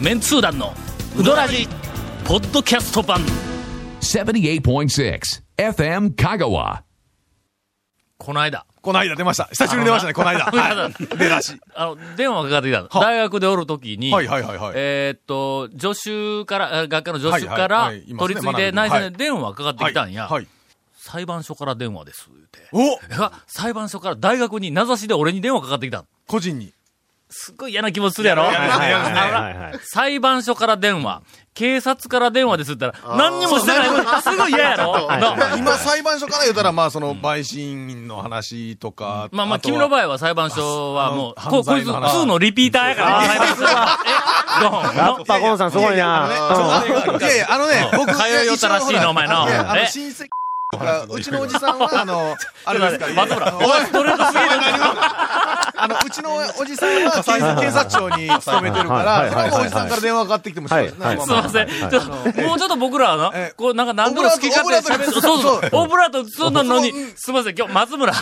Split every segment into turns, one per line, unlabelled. メンツー団のウドラジポッドキャスト版
78.6 FM Kagawa.
この間
この間出ました。久しぶりに出ましたね、この間。はい出だし。
あの電話がかかってきたの
は
大学でおる時に、
はいはいはいはい
えーっと助手からあ学科の助手から、
はいはいはいいます
取
ね
り付いて
学
内
びの
戦で電話かかってきたんや、
はい。
裁判所から電話です言うて
お
えあ裁判所から大学に名指しで俺に電話かかってきたの
個人に。
すっごい嫌な気もするやろ
はいはいは
あ
い
の裁判所から電話、警察から電話ですって言ったら、何にもしてないのに、すごい嫌やろな
今、裁判所から言うたら、まあ、その、陪審員の話とか。
まあまあ、君の場
合。
合は裁判所はもう、
あの
こ、
犯
こい
罪
つ、
の話
2のリピーターやから、裁判所 は。え、
や
ど
っぱゴンさんすごいな。うん
いやいや、あのね、僕、
通いよったらしいなお前ない
やあの
え
親戚がうちのおじさんは、あの、あれですか
ん
ら、
松
あ
村、
の
お前ストレートすぎる
あの、うちのおじさんは警察警察庁に勤めてるか
はい
ら、そ
はい
れもお
はいはい
じさんから電話かかってきてもしょうがな
はいい
まあ
すい
まあ
ません。ちょっともうちょっと僕らはな
え、
こうなんか何でも好き勝手喋る。そう
オブラートオブラート
そう。オブラート包んだのに
そう、
すいません、今日松 村、もう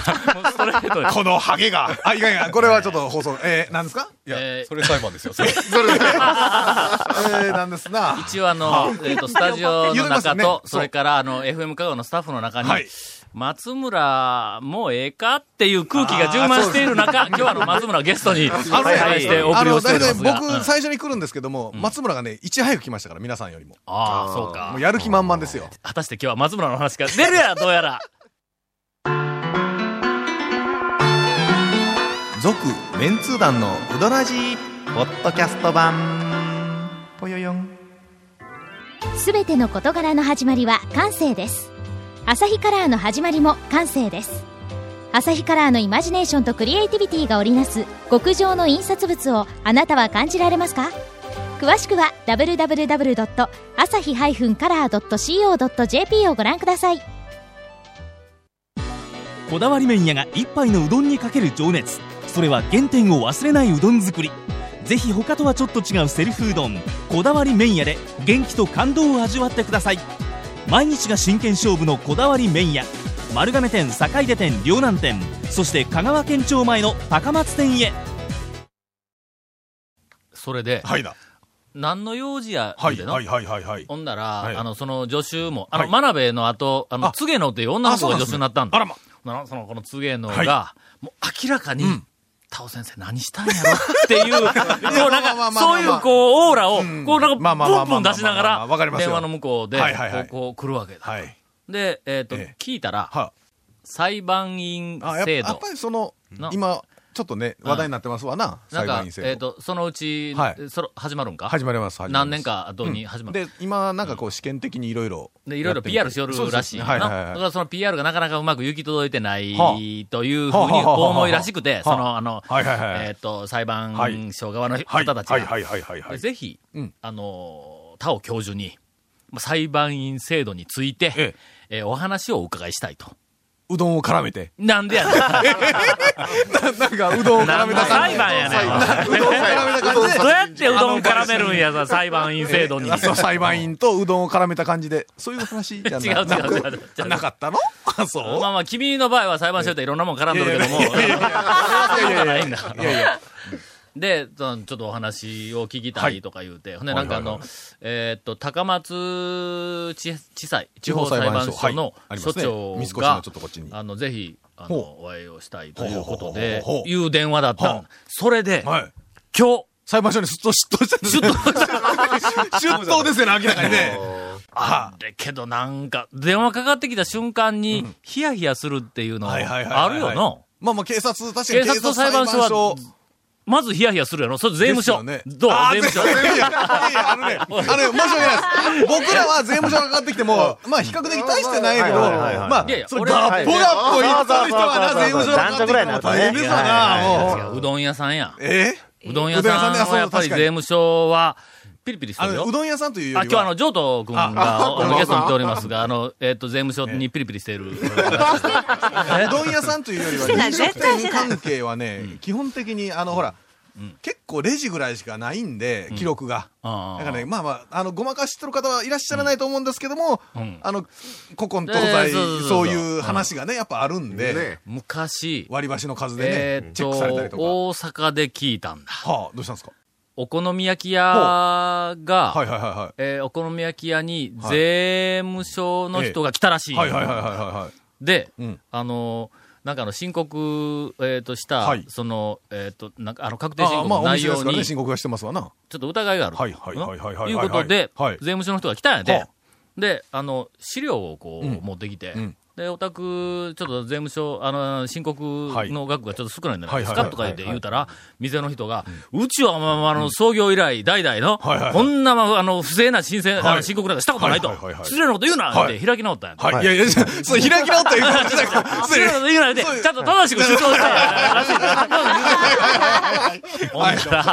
ストレートで。
このハゲが。あ、いやいや、これはちょっと放送、えー、何ですかいや
えー
れ裁判ですよ、それ。それ、えー、なんですな。
一応あの、えっと、スタジオの
言うてます
中
よね
と、
そう
それからあの、FM 香川のスタッフの中に
はい、
松村、もうええかっていう空気が充満している中、今日はあの、松村をゲストに
あのね
対してお送りをしておりますが。
あの大体
うん
僕、最初に来るんですけども、松村がね、いち早く来ましたから、皆さんよりも。
ああ、そう
も
か
う。やる気満々ですよ。
果たして今日は松村の話が出る やらどうやら。
続メンツー団のウドラジーポッドキャスト版ぽよよん
すべての事柄の始まりは感性ですアサヒカラーの始まりも感性ですアサヒカラーのイマジネーションとクリエイティビティが織りなす極上の印刷物をあなたは感じられますか詳しくは www.asahi-color.co.jp をご覧ください
こだわり麺屋が一杯のうどんにかける情熱それは原点を忘れないうどん作りぜひ他とはちょっと違うセルフうどんこだわり麺屋で元気と感動を味わってください毎日が真剣勝負のこだわり麺屋丸亀店坂出店両南店そして香川県庁前の高松店へ
それで、
はいだ。
何の用事や言
は
う
い、
てな
はい、はい、はい、はい。
ほんなら、
い
あの、その助手も、あの、
はい
真鍋の後、あの、
あ
つげのっていう女の子が
あそうなん
助
で
手
すね
になったんだ。
あらま。
ほんならその、このつげのが、
は
もう明らかに、タオ先生何したんやろっていう、こうなん
まあま
か、
あまあまあ
そういうこう、オーラを、
ん
こうなん
ま
か、
あまあま
ポ
あ
ン
ま
ポ
あ
ン出しなが、
まあまあまあわからりますよ
電話の向こうで、
はいはいは
こう、
い
こう来るわけだ。
はい。
で、えっ、と、
ええ
聞いたら、
は
裁判員
あ、やっぱ
制
やっ
度
ぱ。りその
な、
今、ちょっとね、話題になってますわな、
なん
裁
か
判員、制
えっ、
度。
と、そのうち、
はい
その始まるんか
始まります、始まります
何年か後に始まる。
で、今、なんかこう、試験的にいろいろ。
で、いろいろ PR しよるらしい
そ
な。
うですねはいはいはい
だからその PR がなかなかうまく行き届いてない
は
というふう
はあは
に
あはあはあ
お思いらしくて、その、あの、
はいはいはい
えっと、裁判所側の方たち
はい、は
が、
い、はい、はい、はい。
ぜひ
うん、
あの、他を教授に、まあ裁判員制度につい
え
て
え、
えーお話をお伺いしたいと。
うどんを絡めて。
なんでやね ん。
なんか、うどんを絡
何
め
の
た感
裁
じ。
判やねん。
うどんを絡めた感じで。
どうやってうどん絡めるんやさ、裁判員制度に。違う
あそう裁判員とうどんを絡めた感じで、そういう話じゃな い
違う違う違う。
なかったのあ、そう
まあまあ、君の場合は裁判所っていろんなもん絡んでるけども、
いやいや
いいんだ。 で、そのちょっとお話を聞きたいとか言うて、ほんで、なんかあの、
はいはい
えーっと、高松地地裁、地
地
方
方
裁
裁
判
判
所
所
の
はい
所長
ありますね三越
が、
のちょっとこっちに
あの、ぜひ、あの、
ほ
お会いをしたいということで
ほうほうほうほ、う
いう電話だった
ほ
ん
う
それで、
はい。
今日、
裁判所にすっと出頭したんですね 出頭ですよね、明らかにね。
あれけどなんか、電話かかってきた瞬間に、ヒヤヒヤするっていうの、
はいはいはいはい
あるよな。
まあまあ、警察、確かに
警察と裁判所はまずヒヤヒヤするやろそれ税務署。どう
あ
税
ー
務署。
いやいやあのね、あのね、申し訳ないです。僕らは税務署がかかってきても、まあ比較的大してないけど、
はいはいはいはい
まあ
いやいや、
それ
俺
ガ
は
ッポガッポ言ってる人はな、税
そ
務
うそうそうそう
署がかかってきても大変ですわな、
はい
もう。
違ううどん屋さんや。
え
うどん屋さん
うどん屋さんねあそ
は
う
やっぱり税務署は、ピリピリして
あ
る
の、
よ
う。どん屋さんというよ
あ、
り
今日あ
は、
の、ジョート君
あ
が、
あ
あの、
あ
ゲストに来ておりますが、あの、えっと、税務署にピリピリしてい る。
うどん屋さんというよりは、飲食店関係はね、基本的に、あの、ほら、結構レジぐらいしかないんで、記録が。
あ
だ
ー
からね、まあまあ、あの、ごまかしてる方はいらっしゃらないと思うんですけども、
ん
あの、古今東
えーそう
西、
そうそう
そういう話がね、やっぱあるんで、
昔、
割り箸の数でね、
えっ
チェ
と、
ックされたりとか。
大阪で聞いたんだ。
はあ、どうしたんですか
お好み焼き屋が、
はいはいは
えーお好み焼き屋に
はい
税務署の人が来たらしい
い
んよ、
はい。はいはいはいはいはい。
で、
うん
あのーなんかあの申告、えー、とした、
はい
その、えっ、と、なんかあの確定申
ああ
告
まあ、
の
お
内
店で
容
すから
に、
ね、
ち
申
ょ
告はしてますわな。
っと疑いがある。
はいはいはいはいはいはい
ということで、
はい
税務署の人が来たんやで、
はあ
で、あの、資料をこう、
うん
持ってきて、
うん
で、お宅、ちょっと税務署、あの、申告の額がちょっと少ないんじゃないです
は
か
いはいはいはい
とか言って言うたら、店の人が、うちはまあまああの創業以来、代々の
はいはいは、い
こんな、まああの、不正な申請、
はい
あの申告なんかしたことないと
はいはいはいは、い
失礼なこと言うなっ
は
て
い
開き直ったんや。
はい。いやいや、じゃあ そう、開き直った言う感じ だから。
失礼なこと言うなって、ちゃんと正しく主張したらしいほんなら、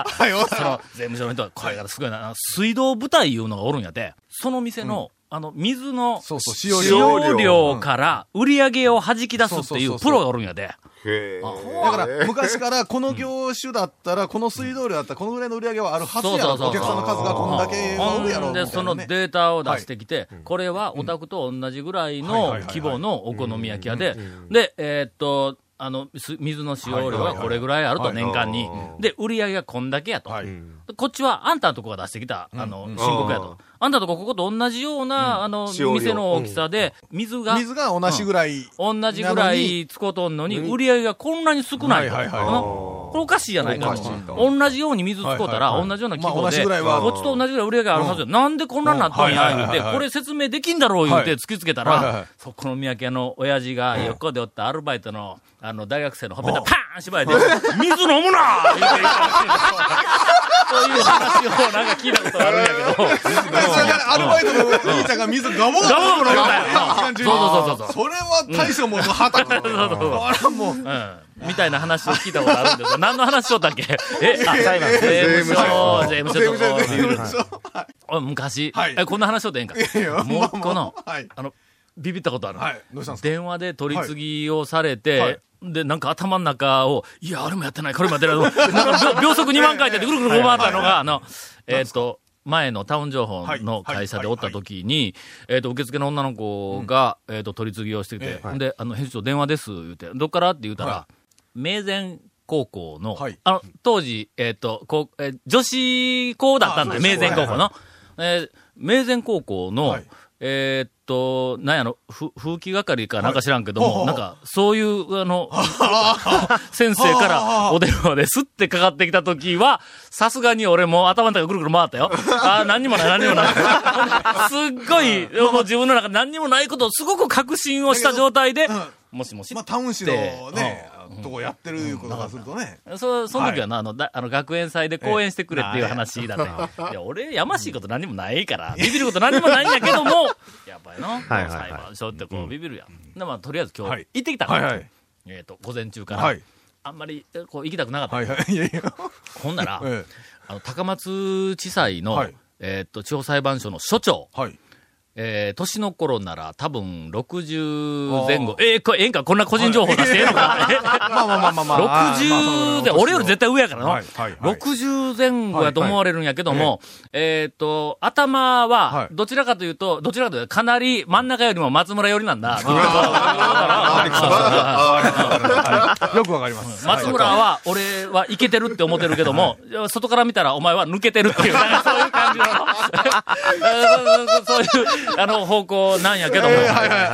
はい、お
その税務署の人は、これがすごいな、あの水道部隊いうのがおるんやで、その店の、あの、水の、
そうそう、使
使
量
用量から売り上げを弾き出すってい
そうそうそ
う
うそう
プロがおるんやで。
へえ。
だから、昔からこの業種だったら、この水道量だったら、このぐらいの売り上げはあるはずや
そうそ
ろ
うそう
お客さんの数がこんだけはおるやろ
ほん
みたい
で、
なね
そのデータを出してきて、これはオタクと同じぐらいの規模のお好み焼き屋で、で、えーっと、あの、す水の使用量がこれぐらいあると、
はいはい
は
年
い
間に
あ。ー
で、売り上げがこんだけやと。
はい。
こっちはあんたのとこが出してきた、あの、申告やと。あんたのとこ、ここと同じような、あの、
使用量
店の大きさで、水が、
水が同じぐらい。
同じぐらい使うとんのに、売り上げがこんなに少ないと。
はいはいはい
なこれおかしいじゃないか
おかしい
と。同じように水使うた
はいはい
ら、
はい
同じような規
ま
模
あ同じ
で、
ぐらいは
こっちと同じぐらい売り上げがあるはずよ。なんでこんなになったん
はい
や、
はい
言
は
う
い
て、
はい
これ説明できんだろう、言う
は
て
い
突きつけた
はいはいはい
ら、そこの三宅屋の親父が横でおったアルバイトの、あの、大学生のほっぺたパーン芝居で、水飲むな言うて言ったらしいのそういう話をなんか聞いたことあるんやけど。
だからそれからアルバイトの兄ちゃんが水ガボー
ガボー飲んだよな
感じ
そうそうそうそう
それは大将もはたく。あら、もう。
うんみたいな話を聞いたことあるんですよ。何の話しとったっけえ、あ、裁判。税務署、税務署とこういうあ昔、
はい
えこんな話しとってええんか。
いや
もう一個の、
まあまあはい
あの、ビビったことあるの、
はいどうしたんですか
電話で取り次ぎをされて、
はい
で、なんか頭の中を、いや、あれもやってない、これもやってない、なん か秒秒速2万回ってぐるぐる回ったのが、あの、えーっと、前のタウン情報の会社でおった時に、えーっと、受付の女の子が、えーっと、取り次ぎをしてきて、
ええ
で、あの、編集長電話です、言うて、どっからって言うたら、明前高校の、
はい
あの、当時、えっ、と、こう、えー女子校だったんだよ、
あそう
明
です
前高校の。えー明前高校の、
はい
えーっと、なんやろ、ふ風紀係かなんか知らんけど
はい
も、
ほう
な
ほ
ん
う
か、そういう、あ の、先生からお電話ですってかかってきたときは、さすがに俺も頭の中ぐるぐる回ったよ。ああ、何にもない、何にもない。 すっごい、もう自分の中で何にもないことをすごく確信をした状態で、もしもし
まあ、タウン市のね、とこやってるいうことからするとね。
そその時はな、あの、だあの、学園祭で講演してくれっていう話だったんやいや、俺、やましいこと何もないから、ビビること何もないんやけども、やっぱりな、
いはいはい
裁判所ってこう、ビビるやん。で、まあ、とりあえず今日、
は
行
い
ってきたの
はいはい。
えっと、午前中から、
はい。
あんまり、えこう、行きたくなかった。
はいはい。いやいや。
ほんなら、
え
あの、高松地裁の、
はい
えっと、地方裁判所の所長、
えはい。
えー年の頃なら多分60前後。えー、こええんかこんな個人情報出してええのか、
まあまあまあまあまあ。
60で、俺より絶対上やからな
はいはい。はい
60前後やと思われるんやけども、えっと、頭は
は、
どちらかというと、どちらかというと、かなり真ん中よりも松村寄りなんだ。 っていうこと
よくわかります。
松村は、俺はイケてるって思ってるけども、外から見たらお前は抜けてるっていう、なんかそういう感じの そうそうそうそういう、あの、方向なんやけども、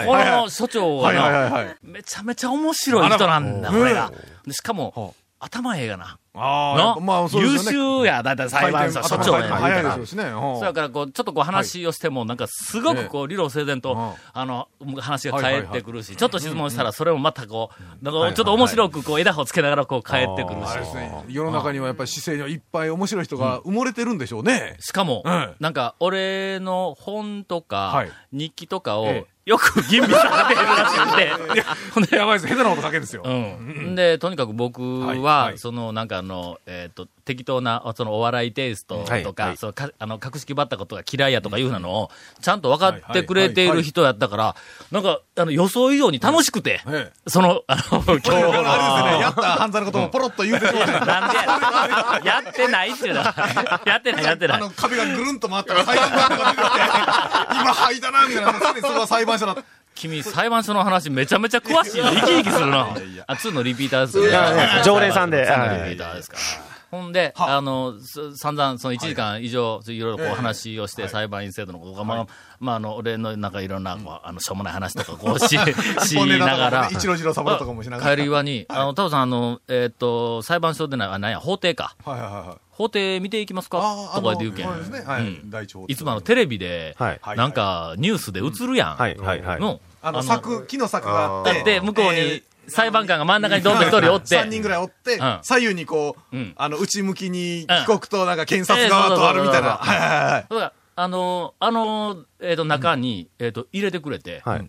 この所長は
はいはい
な、
はいはい。
めちゃめちゃ面白い人なんだ、これが。でしかも、頭ええがな。
あ
の、
あ、まあそう
優
ですよね。
秀や、だいたい裁判所、所長や。
早いでしょうしね。
そうやから、こう、ちょっとこう話をしても、なんかすごくこう、理路整然と、
うん
あの、話が返ってくるし、ちょっと質問したら、それもまたこう、なんかちょっと面白くこう、枝葉をつけながらこう、返ってくる
あれで
し
す。ね、世の中にはやっぱり姿勢にいっぱい面白い人が埋もれてるんでしょうね。
しかも、
うん
なんか、俺の本と
は
か
い、
日記とかを
え、
よく吟味されてるらしくて、 ほんで、
ばいです、下手なこと書けんですよ
うん。で、とにかく僕は、
はいはい
その、なんかあの、えっ、と、適当な、そのお笑いテイストとか、そのか、あの、格式ばったことが嫌いやとかいうなのを、ちゃんと分かってくれている人やったから、なんか、あの、予想以上に楽しくて、
ええ
その、あ の、 今日。
あれですね、やった犯罪のこともポロッと言うてしまう。
なんでやねん やってないっていうのは やってない、やってな
あ
い。
の壁がぐるんと回ったら裁判官が出てきて、今はいだなみたいな、それそれは裁判所だ。
君、裁判所の話めちゃめちゃ詳しいな。生き生きするな。あ、2のリピーターですよね。
いやいや常連さんで
ツーのリピーターですから。ほんで、
は
あの、す散々、その1時間以上、いろいろこう話をして、裁判員制度のこととか、まあ、まあ、あの、俺のなんかいろんな、こうあの、しょうもない話とか、こうし、し
本音だ
なが
とからね、一郎次郎三郎とかもしながら。
帰る際に、あの、タオさん、あの、えーっと、裁判所でない、あ、なんや、法廷か。
はいはいはいはい。
法廷見ていきますか
あ
と
あの
か言うけん。
そうですねはい
うん
第一法廷
いつもあのテレビで、
はい
はい
なんかニュースで映るやん。
はい、はい、はい。
の、
あの、柵、木の柵があっ
だ
て。
って向こう
え
に裁判官が真ん中にどんどん一人おって。
3人ぐらいおって
うん、
左右にこう
うん、
あの、内向きに
うん
被告となんか検察側とあるみたいな。
ええそうそうそう
はいはいは
だ
い。
からあの、あの、えっ、と、中に、えっ、と、入れてくれて、
はい。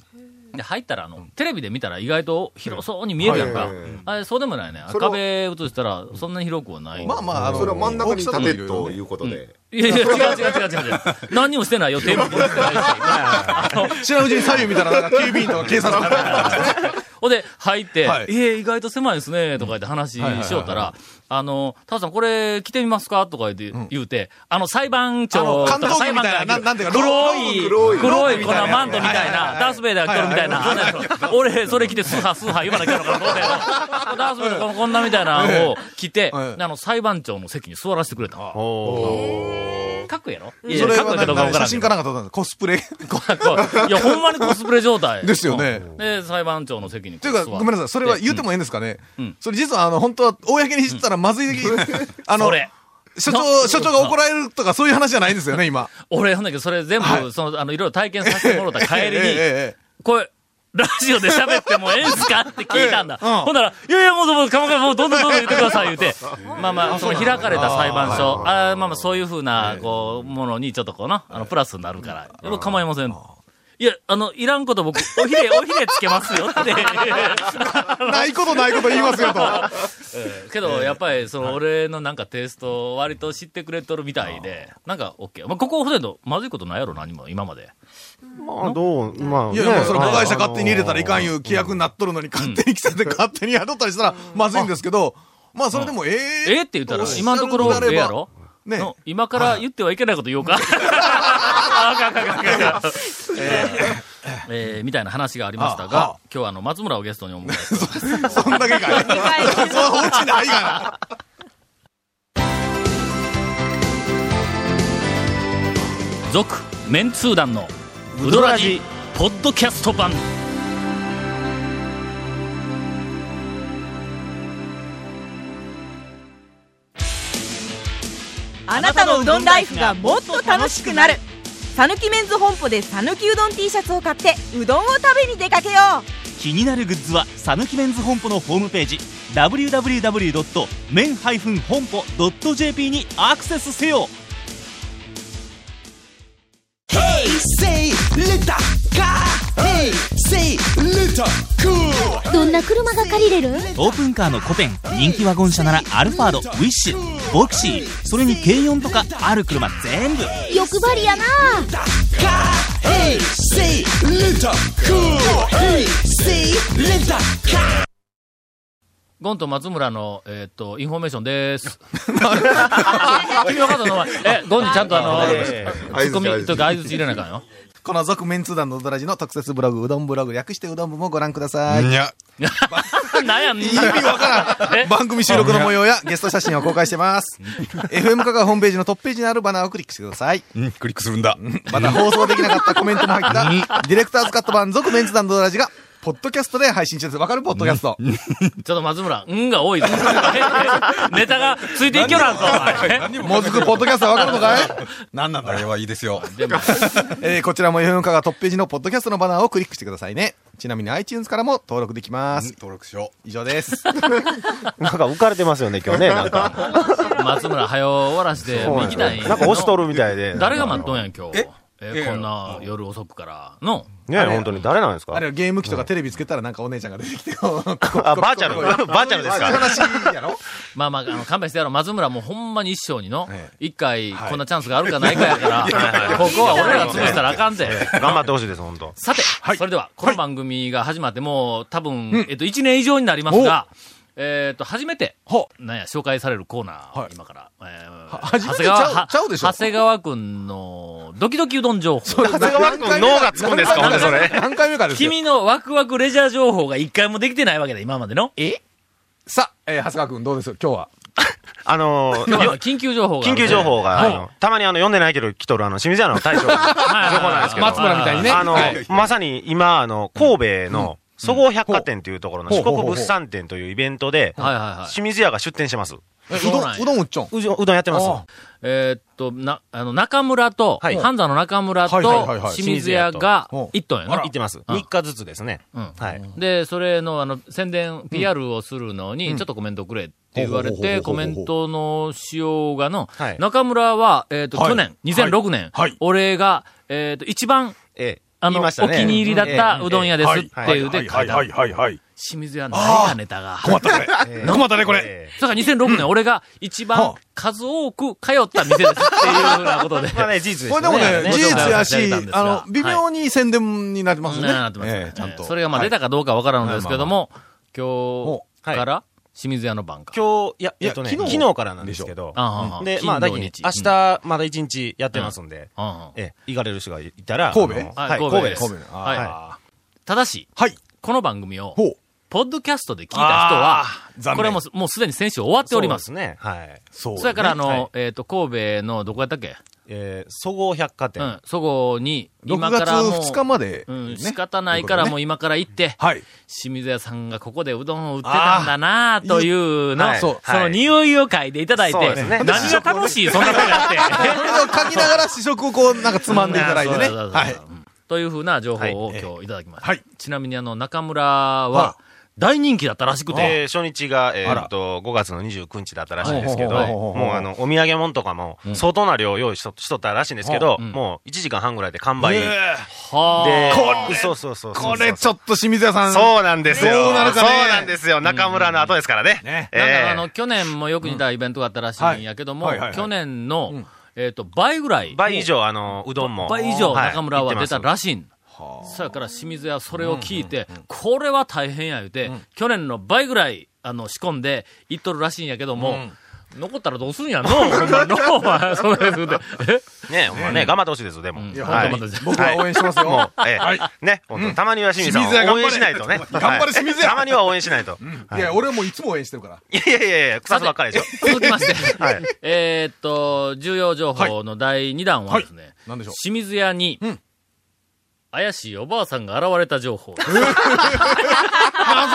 で入ったら、あの、テレビで見たら意外と広そうに見えるやんか。
はいはいはいはい
あれ、そうでもないね。
それを
壁映したら、そんなに広くはない。
まあまあ、あの、
それを真ん中に
大きさと
立
か
て
いろいろ
と
ね
いうことで。
いやいや、違う違う違う違う違う。何にもしてないよ、テーブル もしてないし。あの
知らんうちに左右見たら、なんか警備員とか警察 官が。
ほんで、入って、
はい
ええ意外と狭いですね、とか言って話しよったら、あの、タオさん、これ、着てみますかとか言って、言うて、あの、裁判長
あの
とか裁判
監督みたいな
官が
ななんていうか
黒
ロー
い、
ブ
黒い、
ローブみ
こ
たいな
のマントみたい
はいはいは
な、
い
ダースベイダー来るみたい
はいはい
な、俺、それ着て、スーハースーハー言わなきゃいけないのかな と思って、ダースベイダーこのこんなみたいなのを着て、
はい
であの、裁判長の席に座らせてくれた。かっこいいやろいや
それ
かっこ
はい
いけど、
な
わから
写
んけ
真
ど
か。なんか撮ったんですコスプレ。
こうこういや、ほんまにコスプレ状態。
ですよね
うん。で、裁判長の席に。
というか、ごめんなさい、それは言ってもええんですかね
うん。
それ実は、あの、本当は、公に知ったらまずい、 あの
そ、れ。
所長、所長が怒られるとかそういう話じゃないんですよね、今。
俺、ほんだけど、それ全部、その、あの、いろいろ体験させてもらった
え
帰
え
り
え
に、
ええ
これ、ラジオで喋ってもええんすかって聞いたんだ。
ええうん
ほんなら、いやいや、もうどうぞ、かまかまもうどんどんどんどん言ってください、言うて。まあまあ、その開かれた裁判所、あーまあまあ、そういうふうな、こう、ものに、ちょっとこうな、あの、プラスになるから、構いません。いや、あの、いらんこと僕、おひれ、おひれつけますよって。
えないことないこと言いますよ と。
けど、やっぱり、その、俺のなんかテイスト、割と知ってくれとるみたいで、なんか、オッケー。まあ、ここ、ほとんど、まずいことないやろ、何も、今まで。
まあ、どう、まあ、
いやいや、もうそれ
ね
子会社勝手に入れたらいかんいう規約になっとるのに勝手に来てて勝手にやっとったりしたらまずいんですけど、まあそれでもええ
ええって言ったら、今のところ、ええやろ
ね
の今から言ってはいけないこと言おうか。あかんあかんあかんあかんえーみたいな話がありました
あは
が、今日はあの、松村をゲストにお迎えして、
そんだけ かい。そう、落ちないがな。
続、メンツー団の、ウドラジ、ポッドキャスト版。
あなたのうどんライフがもっと楽しくなるさぬきメンズ本舗でさぬきうどん T シャツを買ってうどんを食べに出かけよう
気になるグッズはさぬきメンズ本舗のホームページ www.men-honpo.jp にアクセスせよ
どんな車が借りれるん
オープンカーの古典人気ワゴン車ならアルファードウィッシュボクシーそれに軽4とかある車全部
欲張りやな
ゴンと松村の、えーっと、インフォメーション です。君分かったのお前え、ゴンにちゃんとあの、ツッコミというか、相づち入れなあかんよ。
この続メンツ団のうどらじの特設ブログ、うどんブログ、略してうどん部もご覧ください。
にゃ。
なんやん、
意味わから
え
ん。番組収録の模様 やゲスト写真を公開してます。FM カカホームページのトップページにあるバナーをクリックしてください。
うん、クリックするんだ。
また放送できなかったコメントも入った、ディレクターズカット版続メンツ団のうどらじが、ポッドキャストで配信中です。わかるポッドキャスト。
ちょっと松村、うんが多 いぞ。ネタがついていきよらんぞ、お前。
もずくポッドキャストわかるのかい
なんなんだあれはいいですよ。
でも、
えーこちらも FM カがトップページのポッドキャストのバナーをクリックしてくださいね。ちなみに iTunes からも登録できま
うん
す。
登録しよ
以上です。
なんか浮かれてますよね、今日ね。なんか。
松村、早う終わらして、
そう
右
な
なんい。
ですなんか押しとるみたいで。
誰が待っ
と
とん
ん
やん、今日。え、こんな夜遅くから。の。
ね本当に。誰なんですか
あれはゲーム機とかテレビつけたらなんかお姉ちゃんが出てき て、こここ
あ、バーチャル。バーチャルですか
話やろ
まあまあ、あの、勘弁してやろう。松村もうほんまに一生にの
え、
一回、こんなチャンスがあるかないかやから、ここは俺らが潰したらあかんぜ。
頑張ってほしいです、本当。
さて、それでは、この番組が始まってもう、多分、えっと、1年以上になりますが、えっと、初めて、なんや、紹介されるコーナー、
はい
今から。えー
初めて
長谷
ちゃう
川
ちゃうでしょ
長谷川くんの、ドキドキうどん情報。
長谷川君、脳がつくんですか、ほんで、それ。
何回目かですよ。
君のワクワクレジャー情報が一回もできてないわけだ、今までの。え
さあ、えー長谷川くんどうです今日は。
あのー
今日は緊急情報がある
緊
んで。
急情報が、あ
は
のたまにあの、読んでないけど来とる、あの、清水屋の大将の情 報
い
なんですけど。
松村みたいにね。
あの、
はい
まさに今、あの、神戸の、そごう百貨店というところの四国物産展というイベントで、
はいはいはい
清水屋が出店してます。
えう
そう
ど
なんや
ん、うどんうっちょん。
うどんうどんやってます。
あ
えーっと、な、あの、中村と、
はい
半沢の中村
はいはいはい
と
は、い
清水屋が
うん、
一トンやな
行っ。てます。
あ
3日ずつですね。
うん
はい。
で、それの、あの、宣伝、PR をするのに、ちょっとコメントくれって言われて、コメントの仕様がの
は、い
中村は、えーっと、
はい
去年、2006年
はい、
俺が、えーっと、一番、
ええ。
あの、
言い
お
ました
気
ね
に入りだったうどん屋ですって
はい
言うて書いてある。
はいはい。
清水屋ないかネタが。
困ったね。困ったね、これ。
だから2006年、俺が一番
はあ
数多く通った店ですっていうふうなことで。
まあね、事実です、ね。
これでもね、
ね
事実やし
ねね、
あの、微妙に宣伝になってますよね。
なってますね
ええちゃんと。
それがまあ出たかどうかわからんのですけども、今
は
日
い
から清水屋の番か。
今日、いや、
いや
えっとね、
昨
昨
日
日からなんですけど。
ああ
で、
金
まあ、
土
大
日
日、明日、まだ1日やってますんで、
うんうん
ええ、行かれる人がいたら、
神戸
あの
はい
はい、
神戸
神戸
で
ですす。
はい。ただし、
はい。
この番組を、
ほう。
ポッドキャストで聞いた人は、
残念
これはもうすもうすでに先週終わっております。
そうですね。はい。
そ
それから、あ
はい
の、えっと、神戸の、どこやったっけ
えー、そごう百貨
う
店。
ん、そこに、
6
今か
月
らもう、
2日まで。
うん、
ね
仕方ないからもう今から行って、
はい。
清水屋さんがここでうどんを売ってたんだなというの、
あーはい
そ
は
う
い
その匂いを嗅いでいただいて、
そうですね
何が楽しい、そんなことやって。
それを書きながら試食をこう、なんかつまんでいただいてね。
そうそうそうそう
はい。
うんというふうな情報を
はい
今日いただきました。
はい
ちなみにあの、中村は
は、
大人気だったらしくて、
で、初日が、え
あ
ー
ら
っと、5月の29日だったらしいんですけど、
ほうほう
ほうほう
もうあの、お土産物とかも、相当な量用意しとしとったらしいんですけど、
うん
もう1時間半ぐらいで完売。
は
で、
これ
そうそうそうそう。
これちょっと清水屋さん。
そうなんですよ。
どうなるかね
そうなんですよ。中村の後ですからね。
ね
なんかあ
え
の、
え
去年もよく似たイベントがあったらしいんやけども、
はいはいはいはい
去年の、えっ、と、倍ぐらい、
倍以上、あの、うどんも。
倍以上
はい
中村は出た。
行って
らしいん。そやから清水屋それを聞いて、これは大変や言うて、去年の倍ぐらい、あの、仕込んで、行っとるらしいんやけども、残ったらどうすんやの ほんまのお前、それ言うて。え
ますね、ほんまね、頑張ってほしいです、でも。
や
はい
ほんとまた
僕は応援してますよ。
もう、ええ、ね、本当たまには清水さ
清水
ん
屋
を応援しないとね。
頑張れ
はい
清水屋
たまには応援しないと。
いや、俺はもういつも応援してるから。
いやいやいやいや、草津ばっかりでしょ。
続きまして、
はい
えーっと、重要情報の第2弾はですね、
なん でしょう。
清水屋に、
うん
怪しいおばあさんが現れた情報。
なんすか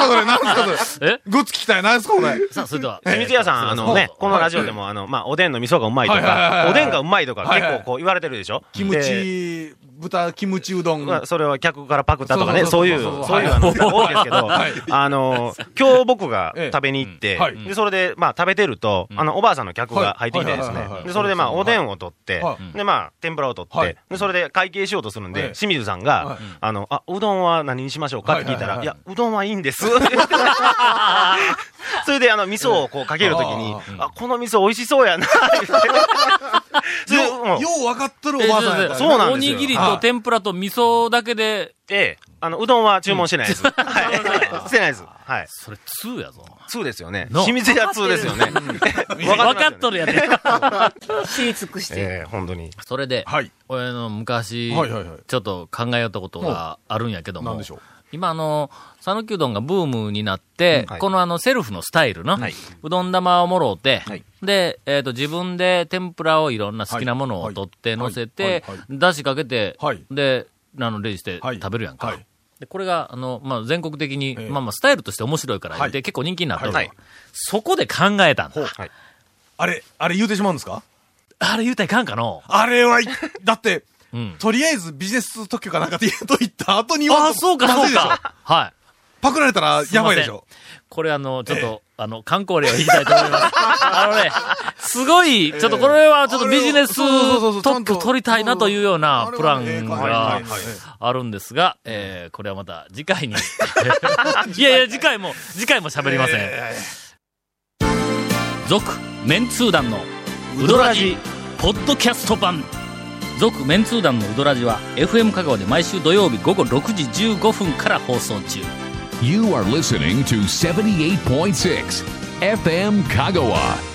それ、なんすかそれ。
え
グッズ聞きたい、なんすかこれ。
さあ、それでは。
清水屋さん、あのね、このラジオでも、あの、まあ、おでんの味噌がうまいと
はいはいはい
か
は、い
おでんがうまいとか、
はい
結
はい
構こう言われてるでしょ
キム
で
チ、豚キムチうどん。
まあそれは客からパクったとかね、
そ
そ
う
うい
そう
う
そう、そ
そうういうあの、多いです けど、あの、今日僕が
ええ
食べに行って
はい、
で、それで、まあ、食べてると、あの、おばあさんの客が
はい
入ってきてです
はいは
ね
いはいは、い
で、それでまあ、おでんを取って
は、
で、まあ、天ぷらを取っ
はい
て、で、それで会計しようとするん
ええ
で、清水さん
は
が
い、
あの、あ、うどんは何にしましょうかって聞いた
は
ら、
いはい
い
は
や、うどんはいいんです。 それで、あの、味噌をこうかけるときに
あ、
あ、この味噌美味しそうやな、って言って それで
よ
もう
う、よう分かってるおばあさんやったらね
そうな
お
んですよ
にぎりと天ぷらと味噌だけで、
ええ、あの、うどんは注文してないです。はい。 してないです。はい。
それ2やぞ。
2ですよね。
の
清水屋2ですよね。
分かっと
る。
るやつ。
知り尽くして
ええ、本当に。
それで、
はい。
俺の昔、
はいはいはい
ちょっと考えよったことがあるんやけど
な
も、
んでしょう。
今あの、讃岐うどんがブームになって、
はい
このあの、セルフのスタイルの、
はいう
どん玉をもろうて、
はい
で、えっ、と、自分で天ぷらをいろんな好きなものを
はい
取って乗せて
はいはい、
だしかけて、
はい
で、あの、レジして
はい
食べるやんか。
はい
でこれが、あの、まあ、全国的に、
ええ
まあまあ、スタイルとして面白いから、
はい
で、結構人気になってる、
はい
そこで考えたんだ。
はい。
あれ、あれ言うてしまうんですか
あれ言うたらいかんかの
あれはい、だって、
うん。
とりあえずビジネス特許かなんかって言うと言った後に言わ
あ
ん
あ、
と
そうか、
ま
そ
ず
う
いでしょ
か。はい。
パクられたらやばいでしょ。
これあの、ちょっと、あの、観光例を言いたいと思います。 あのね、すごい、ちょっとこれはちょっとビジネス
あれをそうそうそうそう
特許取りたいなというようなプラ
あ
ン
れはね
が
はいはいはい
あるんですが、えーこれはまた次回 に。いやいや、次回も、次回も喋りません。続、メンツー団の、ウドラジ、ポッドキャスト版。続、メンツー団のウドラジは、FM 香川で毎週土曜日午後6時15分から放送中。
You are listening to 78.6 FM Kagawa.